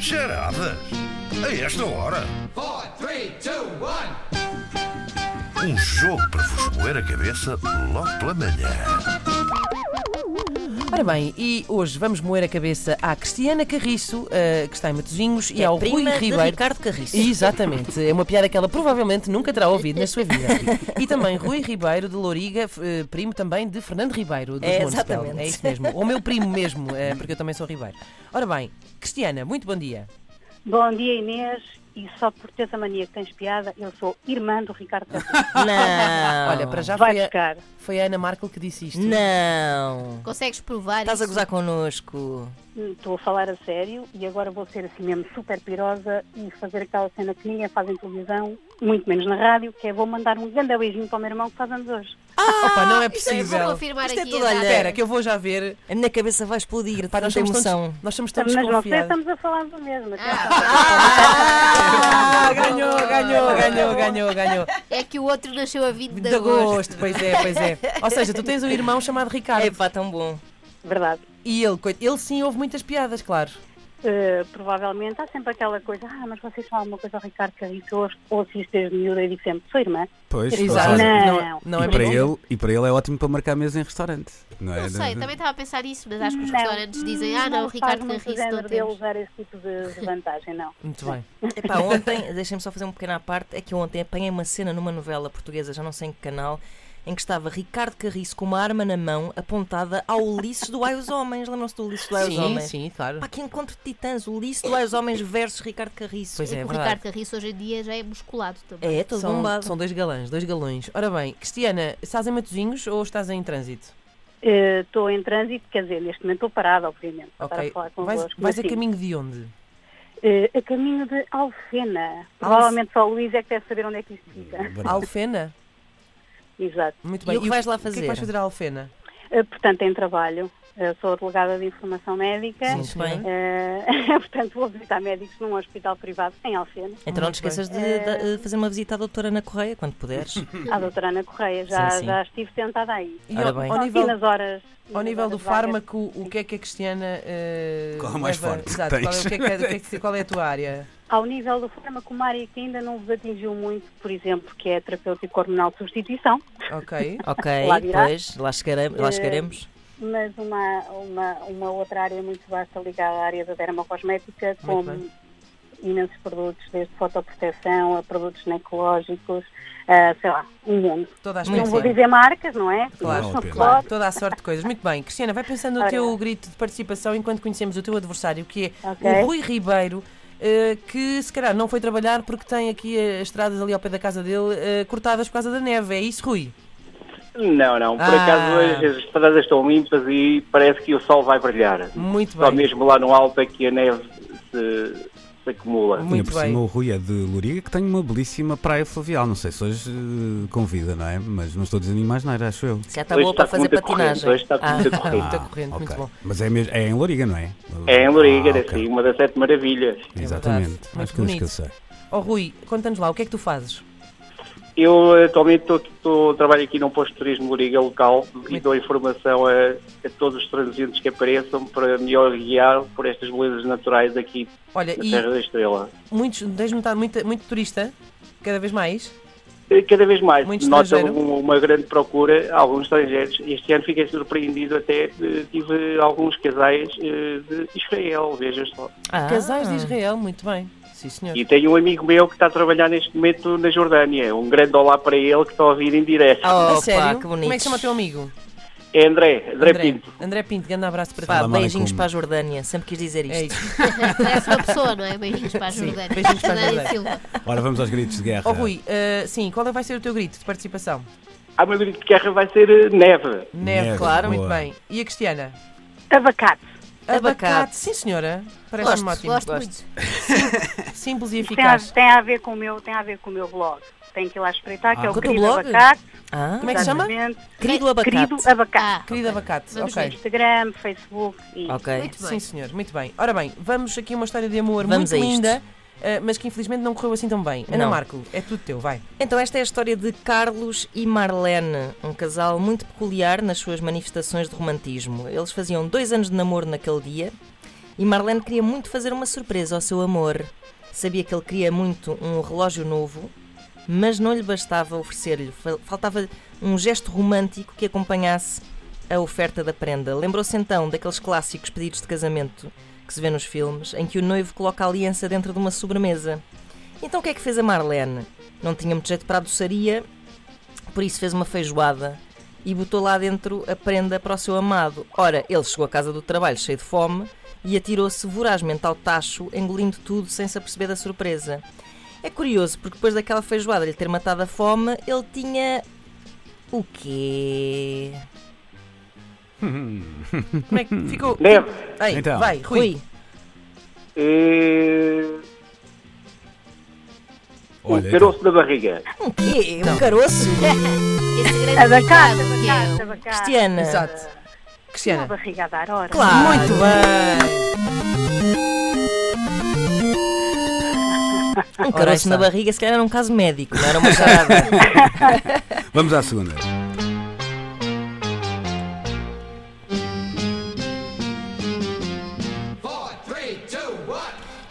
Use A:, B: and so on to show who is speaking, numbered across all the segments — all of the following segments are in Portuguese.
A: Charadas? A esta hora?
B: Four, three, two, one.
A: Um jogo para vos moer a cabeça logo pela manhã.
C: Ora bem, e hoje vamos moer a cabeça à Cristiana Carriço, eh, que está em Matosinhos, e
D: É
C: ao
D: prima
C: Rui
D: de
C: Ribeiro.
D: Ricardo Carriço.
C: Exatamente, é uma piada que ela provavelmente nunca terá ouvido na sua vida. E também Rui Ribeiro de Louriga, f- eh, primo também de Fernando Ribeiro, dos
D: É,
C: Municipal.
D: exatamente.
C: É isso mesmo, ou meu primo mesmo, eh, porque eu também sou Ribeiro. Ora bem, Cristiana, muito bom dia.
E: Bom dia Inês, e só por teres a mania que tens piada, eu sou irmã do Ricardo Cardoso.
D: Não.
C: Olha, para já
E: Vai
C: foi a,
E: buscar.
C: foi a Ana Markel que disse isto.
D: Não.
F: Consegues provar
D: Estás a
F: isso?
D: gozar connosco.
E: Estou a falar a sério e agora vou ser assim mesmo super pirosa e fazer aquela cena que ninguém faz em televisão, muito menos na rádio, que é vou mandar um grande beijinho para o meu irmão que faz anos hoje.
C: Opa, não é
F: Isto é- vou
C: possível.
F: confirmar
D: Isto Ah, é
F: aqui.
D: tudo,
F: a
D: olha,
F: data.
C: Espera, que eu vou já ver.
D: A minha cabeça vai explodir,
C: Pá,
D: Pá,
C: nós,
D: tanta
C: somos
D: emoção.
C: Tão, nós somos tão
E: Mas não sei,
C: desconfiados.
E: estamos a falar do mesmo. atenção.
D: Ah,
C: Ah, ganhou, ganhou, ganhou, ganhou, ganhou.
F: É que o outro nasceu a 20 de
C: De
F: agosto.
C: agosto, pois é, pois é. Ou seja, tu tens um irmão chamado Ricardo.
D: É pá, tão bom.
E: Verdade.
C: E ele, coit- ele sim ouve muitas piadas, claro.
E: Eh, provavelmente há sempre aquela coisa, ah, mas vocês falam alguma coisa ao Ricardo Carriço, eu ouço isto desde miúda e digo sempre, sou irmã.
G: Pois,
E: Exato.
G: ou seja,
E: Não.
C: Não, não é
G: E para,
C: mesmo?
G: ele, e para ele é ótimo para marcar mesa em restaurante. Não, é?
F: Não sei, também estava a pensar nisso, mas acho que os
E: Não.
F: restaurantes dizem, ah não, o
E: faz
F: Ricardo
E: muito
F: Carriço não
E: género de eu
F: temos.
E: usar esse tipo de de vantagem, não.
C: Muito bem.
D: Epá, ontem, deixem-me só fazer um pequeno à parte, é que eu ontem apanhei uma cena numa novela portuguesa, já não sei em que canal, em que estava Ricardo Carriço com uma arma na mão apontada ao Ulisses do Ai os Homens. Lembram-se do Ulisses do Ai os
C: Sim,
D: Homens?
C: sim, claro.
D: Pá, que encontro de titãs, Ulisses do Ai os Homens versus Ricardo Carriço.
C: Pois é, é
F: o
C: verdade.
F: Ricardo Carriço hoje em dia já é musculado também.
D: É, todo
C: São,
D: bombado.
C: são dois galãs, dois galões. Ora bem, Cristiana, estás em Matozinhos ou estás em trânsito?
E: Eh, Estou em trânsito, quer dizer, neste momento estou parada, obviamente, para estar a
C: Ok.
E: falar
C: Vais,
E: convosco.
C: vais a
E: mas sim,
C: caminho de onde?
E: eh, a caminho de Alfena. Provavelmente só o Luís é que deve saber onde é que isto
C: Uhum.
E: fica.
C: Alfena?
E: Exato.
C: Muito
D: E
C: bem.
D: o que vais lá
C: O que é que
D: fazer?
C: vais fazer à Alfena?
E: Eh, portanto, em trabalho, eh, sou delegada de informação médica.
C: Sim,
D: Muito bem.
E: Eh, portanto, vou visitar médicos num hospital privado em Alfena,
D: Então não te esqueças de, de- de fazer uma visita à doutora Ana Correia quando puderes.
E: à doutora Ana Correia. Já,
D: Sim, sim.
E: já estive sentada aí.
C: Uhum. E
D: Ora
C: ao,
D: bem.
C: ao
E: Só que
C: nível,
E: nas horas.
C: ao
E: nas
C: nível do
E: horas vagas-
C: fármaco, o que é que a Cristiana. eh,
G: Qual é o mais
C: leva-
G: forte que
C: Exato, qual é, o
G: tens?
C: que é que- o que é que- qual é a tua área?
E: Ao nível do fármaco, uma área que ainda não vos atingiu muito, por exemplo, que é a terapêutica hormonal de substituição.
C: Ok.
E: Ah,
D: Ok,
E: Lá virá.
D: depois lá chegaremos. Lá
E: Eh,
D: chegaremos.
E: mas uma, uma, uma outra área muito vasta ligada à área da dermocosmética,
C: Muito
E: como imensos produtos, desde fotoproteção a produtos ginecológicos, a, sei lá, um mundo.
C: Toda a
D: Muito
E: Não
C: experiência.
E: vou dizer marcas, não é?
C: Claro,
E: Mas
G: não,
E: são
G: Pedro.
C: Claro,
E: flores.
C: toda a sorte de coisas. Muito bem, Cristiana, vai pensando no
E: Ora.
C: teu grito de participação enquanto conhecemos o teu adversário, que é
E: Ok.
C: o Rui Ribeiro, eh, que se calhar não foi trabalhar porque tem aqui eh, as estradas ali ao pé da casa dele eh, cortadas por causa da neve. É isso, Rui?
H: Não, não. Por
C: Ah.
H: acaso hoje as estradas estão limpas e parece que o sol vai brilhar.
C: Muito
H: Só
C: bem.
H: mesmo lá no alto é que a neve se, se acumula.
C: Muito
G: Ainda por
C: bem.
G: cima, o Rui é de Loriga, que tem uma belíssima praia fluvial. Não sei se hoje eh, convida, não é? Mas não estou dizendo mais nada, acho eu.
D: Se já
C: Tá
D: está
H: hoje
D: boa
H: está
D: para
H: com
D: fazer
H: muita corrente,
D: patinagem.
H: hoje está com muita
D: Ah,
H: corrente.
C: Muita corrente, muito
G: ok.
C: bom.
G: Mas é, mesmo, é em Loriga, não é?
H: É em Loriga,
G: Ah,
H: é
G: ok.
H: assim, uma das sete maravilhas.
G: Exatamente.
C: Muito
G: acho que eu
C: bonito.
G: esqueci.
C: Ó Rui, conta-nos lá, o que é que tu fazes?
H: Eu atualmente estou aqui- estou- trabalho aqui num posto de turismo Loriga local e dou informação a, a todos os transientes que apareçam para melhor guiar por estas belezas naturais aqui
C: Olha,
H: na
C: e
H: Terra da Estrela.
C: muitos, tens notado muita, muito turista, cada vez mais?
H: Eh, Cada vez mais
C: Muito
H: se nota
C: estrangeiro.
H: um- uma grande procura a alguns estrangeiros. Este ano fiquei surpreendido até, eh, tive alguns casais eh, de Israel, vejam só.
D: ah.
C: Casais de Israel, muito bem. Sim, senhor.
H: E tenho um amigo meu que está a trabalhar neste momento na Jordânia. Um grande olá para ele que está a ouvir em direto.
D: Oh,
C: a sério?
D: Pá, que bonito.
C: Como é que chama o teu amigo?
H: É André, André, Pinto.
C: André Pinto, grande abraço para
D: Pá,
C: ti.
G: Salam alaikum.
D: beijinhos para a Jordânia, sempre quis dizer isto.
C: É isso.
F: Parece uma pessoa, não é? Beijinhos para a
C: Sim,
F: Jordânia.
C: beijinhos para a
F: Jordânia
C: Jordânia.
F: Silva.
G: Ora, vamos aos gritos de guerra.
C: Ó Rui, eh, sim, qual é que vai ser o teu grito de participação?
H: A meu grito de guerra vai ser eh, neve.
C: Neve,
G: Neve,
C: claro,
G: boa.
C: muito bem. E a Cristiana?
E: Abacate.
C: Abacate.
D: Abacate.
C: Sim, senhora. Parece-me
D: Gosto,
C: ótimo.
D: gosto,
F: Gosto.
D: muito.
C: Simples e
E: Tem a,
C: eficaz.
E: tem a ver com o meu, tem a ver com o meu blog. Tem que ir lá espreitar, que
G: Ah.
E: é o
D: Com o teu
E: querido
D: blog?
E: abacate.
D: Ah,
C: Como é que se chama?
E: exatamente.
D: Querido Abacate.
E: Querido abacate.
F: Ah,
C: Querido abacate.
F: Vamos
C: Ok.
F: ver.
E: Instagram, Facebook e
D: Ok.
F: muito
C: Sim,
F: bem.
C: senhor. Muito bem. Ora bem, vamos aqui a uma história de amor
D: Vamos a
C: muito
D: isto.
C: linda, eh, mas que infelizmente não correu assim tão bem. Ana
D: Não.
C: Marco, é tudo teu, vai.
D: Então, esta é a história de Carlos e Marlene, um casal muito peculiar nas suas manifestações de romantismo. Eles faziam dois anos de namoro naquele dia. E Marlene queria muito fazer uma surpresa ao seu amor. Sabia que ele queria muito um relógio novo, mas não lhe bastava oferecer-lhe. Fal- Faltava um gesto romântico que acompanhasse a oferta da prenda. Lembrou-se então daqueles clássicos pedidos de casamento que se vê nos filmes, em que o noivo coloca a aliança dentro de uma sobremesa. Então o que é que fez a Marlene? Não tinha muito jeito para a doçaria, por isso fez uma feijoada e botou lá dentro a prenda para o seu amado. Ora, ele chegou à casa do trabalho cheio de fome e atirou-se vorazmente ao tacho, engolindo tudo sem se aperceber da surpresa. É curioso, porque depois daquela feijoada lhe ter matado a fome, ele tinha. O quê?
C: Como é que ficou?
H: Neve,
C: Ei,
G: Então.
C: vai, Rui.
H: eh, o
G: Olha,
H: caroço da barriga.
D: Um quê? Um caroço?
F: Esse grande
E: Abacate,
F: bocado que
E: abacate,
F: é.
E: abacate.
D: Cristiana.
C: Exato.
E: Uma
C: Cristiana.
E: barriga a dar hora.
D: Claro.
C: Muito bem.
D: Um
C: Ora, aí
D: caroço
C: está.
D: na barriga, se calhar era um caso médico, não era uma charada.
G: Vamos à segunda.
B: Four, three, two, one.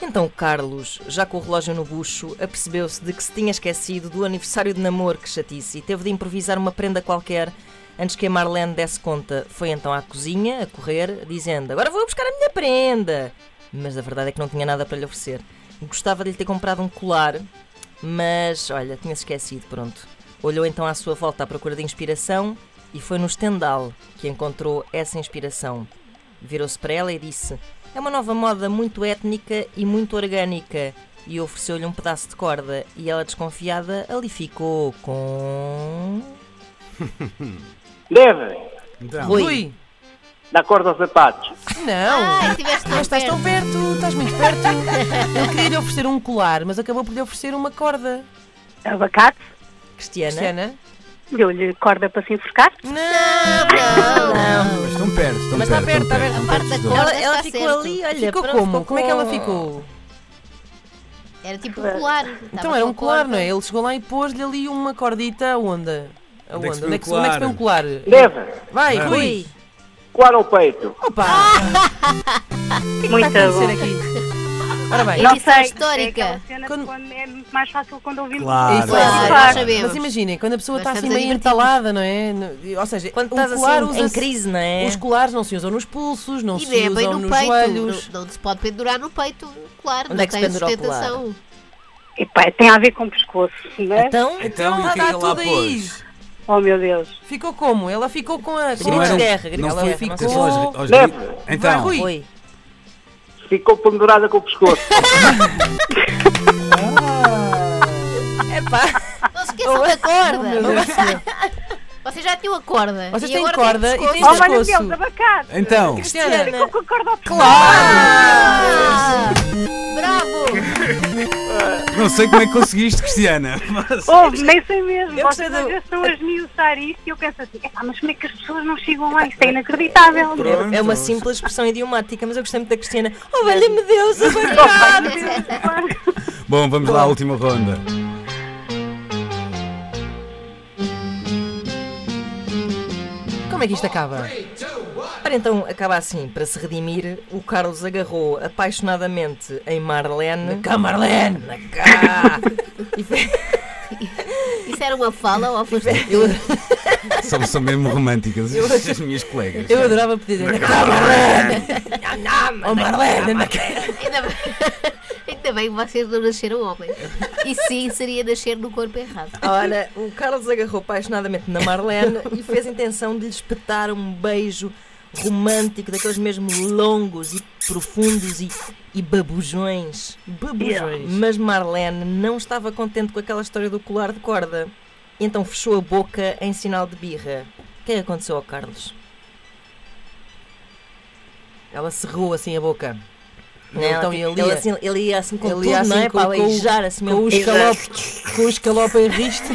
D: Então Carlos, já com o relógio no bucho, apercebeu-se de que se tinha esquecido do aniversário de namoro que chatice e teve de improvisar uma prenda qualquer antes que a Marlene desse conta. Foi então à cozinha, a correr, dizendo agora vou buscar a minha prenda. Mas a verdade é que não tinha nada para lhe oferecer. Gostava de lhe ter comprado um colar, mas olha, tinha-se esquecido, pronto. Olhou então à sua volta à procura de inspiração e foi no estendal que encontrou essa inspiração. Virou-se para ela e disse: É uma nova moda muito étnica e muito orgânica. E ofereceu-lhe um pedaço de corda. E ela, desconfiada, ali ficou com.
H: Neve,
G: Então,
D: Rui. Ah,
C: Rui.
H: dá corda aos sapatos.
C: Não.
F: Ai, Ah, tiveste
D: tá
C: Mas estás tão
F: perto.
C: perto, estás muito perto. Ele queria lhe oferecer um colar, mas acabou por lhe oferecer uma corda.
E: Abacate,
D: Cristiana.
C: Cristiana?
E: deu-lhe corda para se enforcar.
C: Não!
G: ah, mas estão perto, estão
C: Mas está
G: perto.
C: perto, está perto.
G: estão
F: A parte da
G: os dois.
F: corda
D: Ela, ela
F: está
D: ficou
F: certo.
D: ali, olha,
C: Ficou
D: pronto,
C: como? Como é que ela
D: com-
C: ficou?
F: Era tipo um colar.
C: Então era um colar, não é? Ele chegou lá e pôs-lhe ali uma cordita, a onda. A
G: Onde é que se
C: onda.
G: põe
C: Onde é que se onde é que se põe um colar?
H: Neve,
C: Vai,
G: Vai.
C: Rui!
H: colar ao peito.
C: Opa!
E: Muito
C: Está a acontecer
E: bom.
C: aqui. Ora bem,
F: Não sei.
E: É aquela
F: histórica.
E: cena de
C: Quando-
E: quando é muito mais fácil quando ouvimos.
D: Ah,
G: Claro.
C: Isso,
F: Claro,
C: isso.
F: nós sabemos.
C: Mas imaginem, quando a pessoa
F: Nós
C: está assim
F: estamos a
C: meio
F: divertir-nos.
C: entalada, não é? No- Ou seja,
D: Quando
C: o
D: estás
C: colar
D: assim em
C: usa-se-
D: crise, não é?
C: Os colares não se usam nos pulsos, não
F: E
C: se
F: não é bem
C: usam
F: no
C: nos joelhos.
F: peito. Não, não se pode pendurar no peito um colar.
D: Onde
F: não
D: é que se
F: tem
D: pendura o
F: sustentação.
E: Epá, tem a ver com o pescoço, não é?
D: Então,
G: Então, e o
C: Está
G: que é que
C: tudo
G: lá
C: aí.
G: pôs?
E: Oh meu Deus.
C: Ficou como? Ela ficou com a.
D: Gritos
C: Com
G: Não
C: a...
G: eram-
D: de guerra, gritos
G: não
D: de
C: um
G: foi-
D: guerra, não
G: ficou
C: sei.
G: aos- aos
H: Neve.
G: gritos.
C: Vai,
G: Então,
C: Rui.
D: Rui.
H: Ficou pendurada com o pescoço.
C: Ah, é
D: Epá,
F: Não se esqueçam da corda. Vocês já tinham a corda.
C: Vocês
F: e
C: têm
F: agora
C: corda e
F: pescoço.
C: têm-
E: Oh, meu
C: pescoço.
E: Deus, abacate.
G: então,
C: Cristiana,
E: Ficou com a corda ao pescoço.
F: Ah, Bravo!
G: não sei como é que conseguiste, Cristiana. mas-
E: Houve, nem sei mesmo.
C: Eu gostei
E: Vocês
C: do-
E: às vezes estão a esmiuçar isto e eu penso assim, "Epá, mas como é que as pessoas não chegam lá? Isto é inacreditável.
D: é uma simples expressão idiomática, mas eu gostei muito da Cristiana. Oh, valha-me Deus, a
G: Bom, vamos lá à última ronda.
C: como é que isto acaba?
D: Ora então, acaba assim, para se redimir, o Carlos agarrou apaixonadamente em Marlene.
C: Camarlene!
D: Cá! e fez,
F: Isso era uma fala ou foste
D: eu,
G: São, são mesmo românticas as minhas colegas.
C: Eu adorava pedir. Camarlene! Oh Marlene!
F: Ainda bem, ainda bem que vocês não nasceram homens. E sim, seria nascer no corpo errado.
D: ora, o Carlos agarrou apaixonadamente na Marlene e fez intenção de lhe espetar um beijo romântico, daqueles mesmo longos e profundos e, e babujões.
C: Babujões.
D: Mas Marlene não estava contente com aquela história do colar de corda. Então fechou a boca em sinal de birra. O que é que aconteceu ao Carlos?
C: Ela cerrou assim a boca.
D: Não,
C: então
D: que-
C: ele
D: ele,
C: ia-
D: assim, ele ia assim com
C: ele
D: tudo,
C: ia
D: não
C: assim
D: é?
C: com-
D: para
C: com o-
D: aleijar assim
C: Com o
D: mesmo.
C: escalope, com o escalope em riste.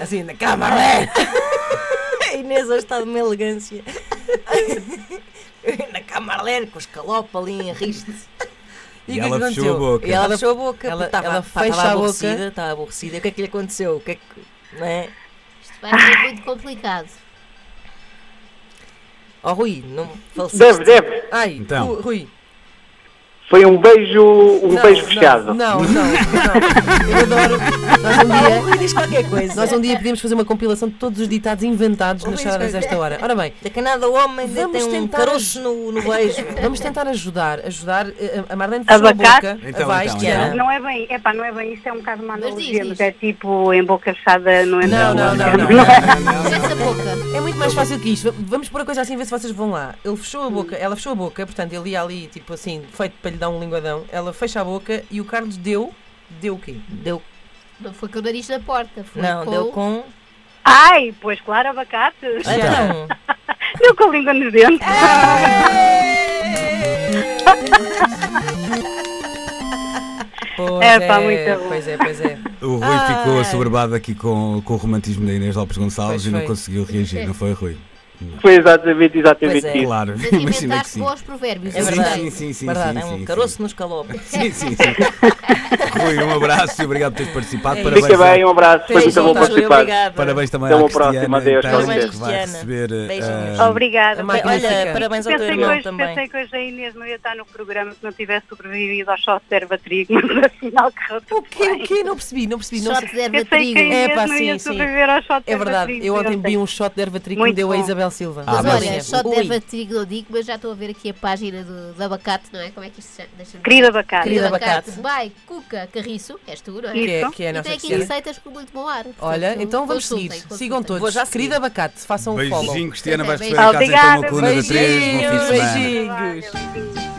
C: assim, na
D: é?
C: Camarlene!
D: A Inês hoje está de uma elegância. Na Camarlene, com o escalope ali em riste.
G: E
C: o que é que
G: ela
C: aconteceu?
G: fechou a boca.
C: E
D: Ela
C: ela
D: fechou a boca,
C: ela-
D: ela, estava,
C: ela
D: estava
C: fecha a boca.
D: aborrecida, estava aborrecida. O que é que lhe aconteceu? O que é que, não é?
F: Isto vai ser muito complicado.
D: Oh, Rui, não faleceste.
H: Deve, deve.
D: Ai,
G: Então.
D: Ru- Rui.
H: Foi um beijo, um
D: não,
H: beijo
D: não, Não,
H: fechado.
D: não, não. Eu adoro.
C: Nós um
D: Ah, o
C: dia,
D: Rui diz qualquer coisa.
C: nós um dia podíamos fazer uma compilação de todos os ditados inventados
D: Rui
C: nas
D: diz
C: charadas
D: qualquer-
C: desta hora. Ora bem,
D: Da canada É o homem
C: Vamos
D: tem um
C: tentar-
D: caroço no, no beijo.
C: vamos tentar ajudar. Ajudar. eh, A- A Marlene fechou a
E: Abacate.
C: boca.
G: Então,
C: Vai,
G: então,
D: Tiana.
G: então.
E: Não é bem, é pá, não é bem, isto é um bocado uma
F: Mas diz,
E: analogia, mas
F: diz.
E: é tipo em boca fechada, não é?
C: Não, não, não, não.
E: Não é?
F: Fecha a boca.
C: É muito mais fácil que isto. V- Vamos pôr a coisa assim e ver se vocês vão lá. Ele fechou a boca, ela fechou a boca, portanto, ele ia ali, tipo assim, feito para lhe dar um linguadão. Ela fecha a boca e o Carlos deu. Deu o quê?
D: Deu,
F: Não foi com o nariz na porta. Foi
D: não,
F: com...
D: deu com.
E: Ai, pois claro, abacate.
D: Então.
E: Deu com a língua nos dentes.
C: Ah. Pois
E: É, pá, muito bom.
C: Pois é, pois é.
G: então, O Rui ficou assoberbado aqui com, com o romantismo da Inês Lopes Gonçalves
C: Pois
G: e não
C: foi.
G: conseguiu reagir, não foi, Rui?
H: Foi exatamente, exatamente
D: Pois é.
H: isso.
G: Claro,
F: Mas
G: imagina que
F: inventaste
G: sim.
F: bons provérbios.
D: É
F: eu
G: sim,
D: verdade.
F: sei.
G: sim, sim, sim,
D: Verdade,
G: sim,
D: é
G: sim,
D: um
G: sim.
D: caroço nos calopes.
G: Sim, sim, sim. Rui, um abraço e obrigado por teres
D: É.
G: participado. Parabéns,
H: Fica
G: à-
H: bem, um abraço. Foi muito
D: Beijinho,
H: bom
D: tá, Rui,
H: participar.
D: obrigada.
G: Parabéns também
H: Até
G: à
H: uma
G: Cristiana,
H: próxima, adeus,
G: então,
D: Parabéns,
G: que vai
D: Cristiana.
G: receber
D: Beijinhos.
G: ah,
E: Obrigada.
C: Mas
D: Olha, parabéns ao teu
E: Pensei que,
D: irmão
E: hoje,
D: também.
E: pensei que hoje a Inês não ia estar no programa se não tivesse sobrevivido ao shot de erva trigo, mas afinal correu tudo
C: O quê? O
E: bem.
C: quê? Não percebi, não percebi. Não
F: Shot
C: sei.
F: de erva
E: Pensei que
F: trigo.
E: a
C: É,
E: Inês
C: pá,
E: não
C: sim,
E: ia
C: sim.
E: sobreviver ao shot de
C: É
E: erva
C: verdade,
E: trigo.
C: eu ontem bebi
E: sei.
C: um shot de erva trigo que me
E: Muito
C: deu a
E: bom.
C: Isabel Silva.
F: Mas
G: Ah, mas-
F: olha, só de
C: é. Ui.
F: erva trigo não digo, mas já estou a ver aqui a página do, do abacate, não é? Como é que isto se chama?
C: um
F: Deixa-me ver.
E: Querida abacate.
C: Querida abacate.
F: Vai, Cuca, Carriço, és tu, não é?
C: Que é,
E: Isso.
C: que é a
F: E
C: nossa
F: tem aqui
C: Cristiana.
F: receitas com muito bom ar. Portanto,
C: Olha, então vamos seguir. Sigam
F: consultem, consultem.
C: todos.
D: Vou já seguir.
C: Querida abacate, façam um follow.
G: Beijinho, Cristiana, vais receber
F: Beijinho.
G: a casa então uma
E: Obrigada,
G: coluna da 3. Bom fim de
C: Beijinhos,
G: semana.
C: beijinhos.
E: Beijinhos.